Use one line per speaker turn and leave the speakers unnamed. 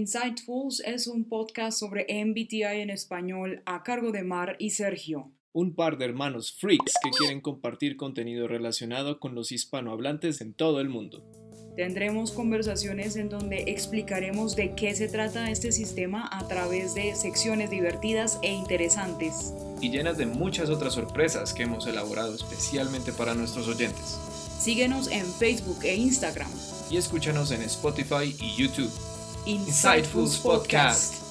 Insightfuls es un podcast sobre MBTI en español a cargo de Mar y Sergio.
Un par de hermanos freaks que quieren compartir contenido relacionado con los hispanohablantes en todo el mundo.
Tendremos conversaciones en donde explicaremos de qué se trata este sistema a través de secciones divertidas e interesantes.
Y llenas de muchas otras sorpresas que hemos elaborado especialmente para nuestros oyentes.
Síguenos en Facebook e Instagram.
Y escúchanos en Spotify y YouTube.
Insightfuls Podcast.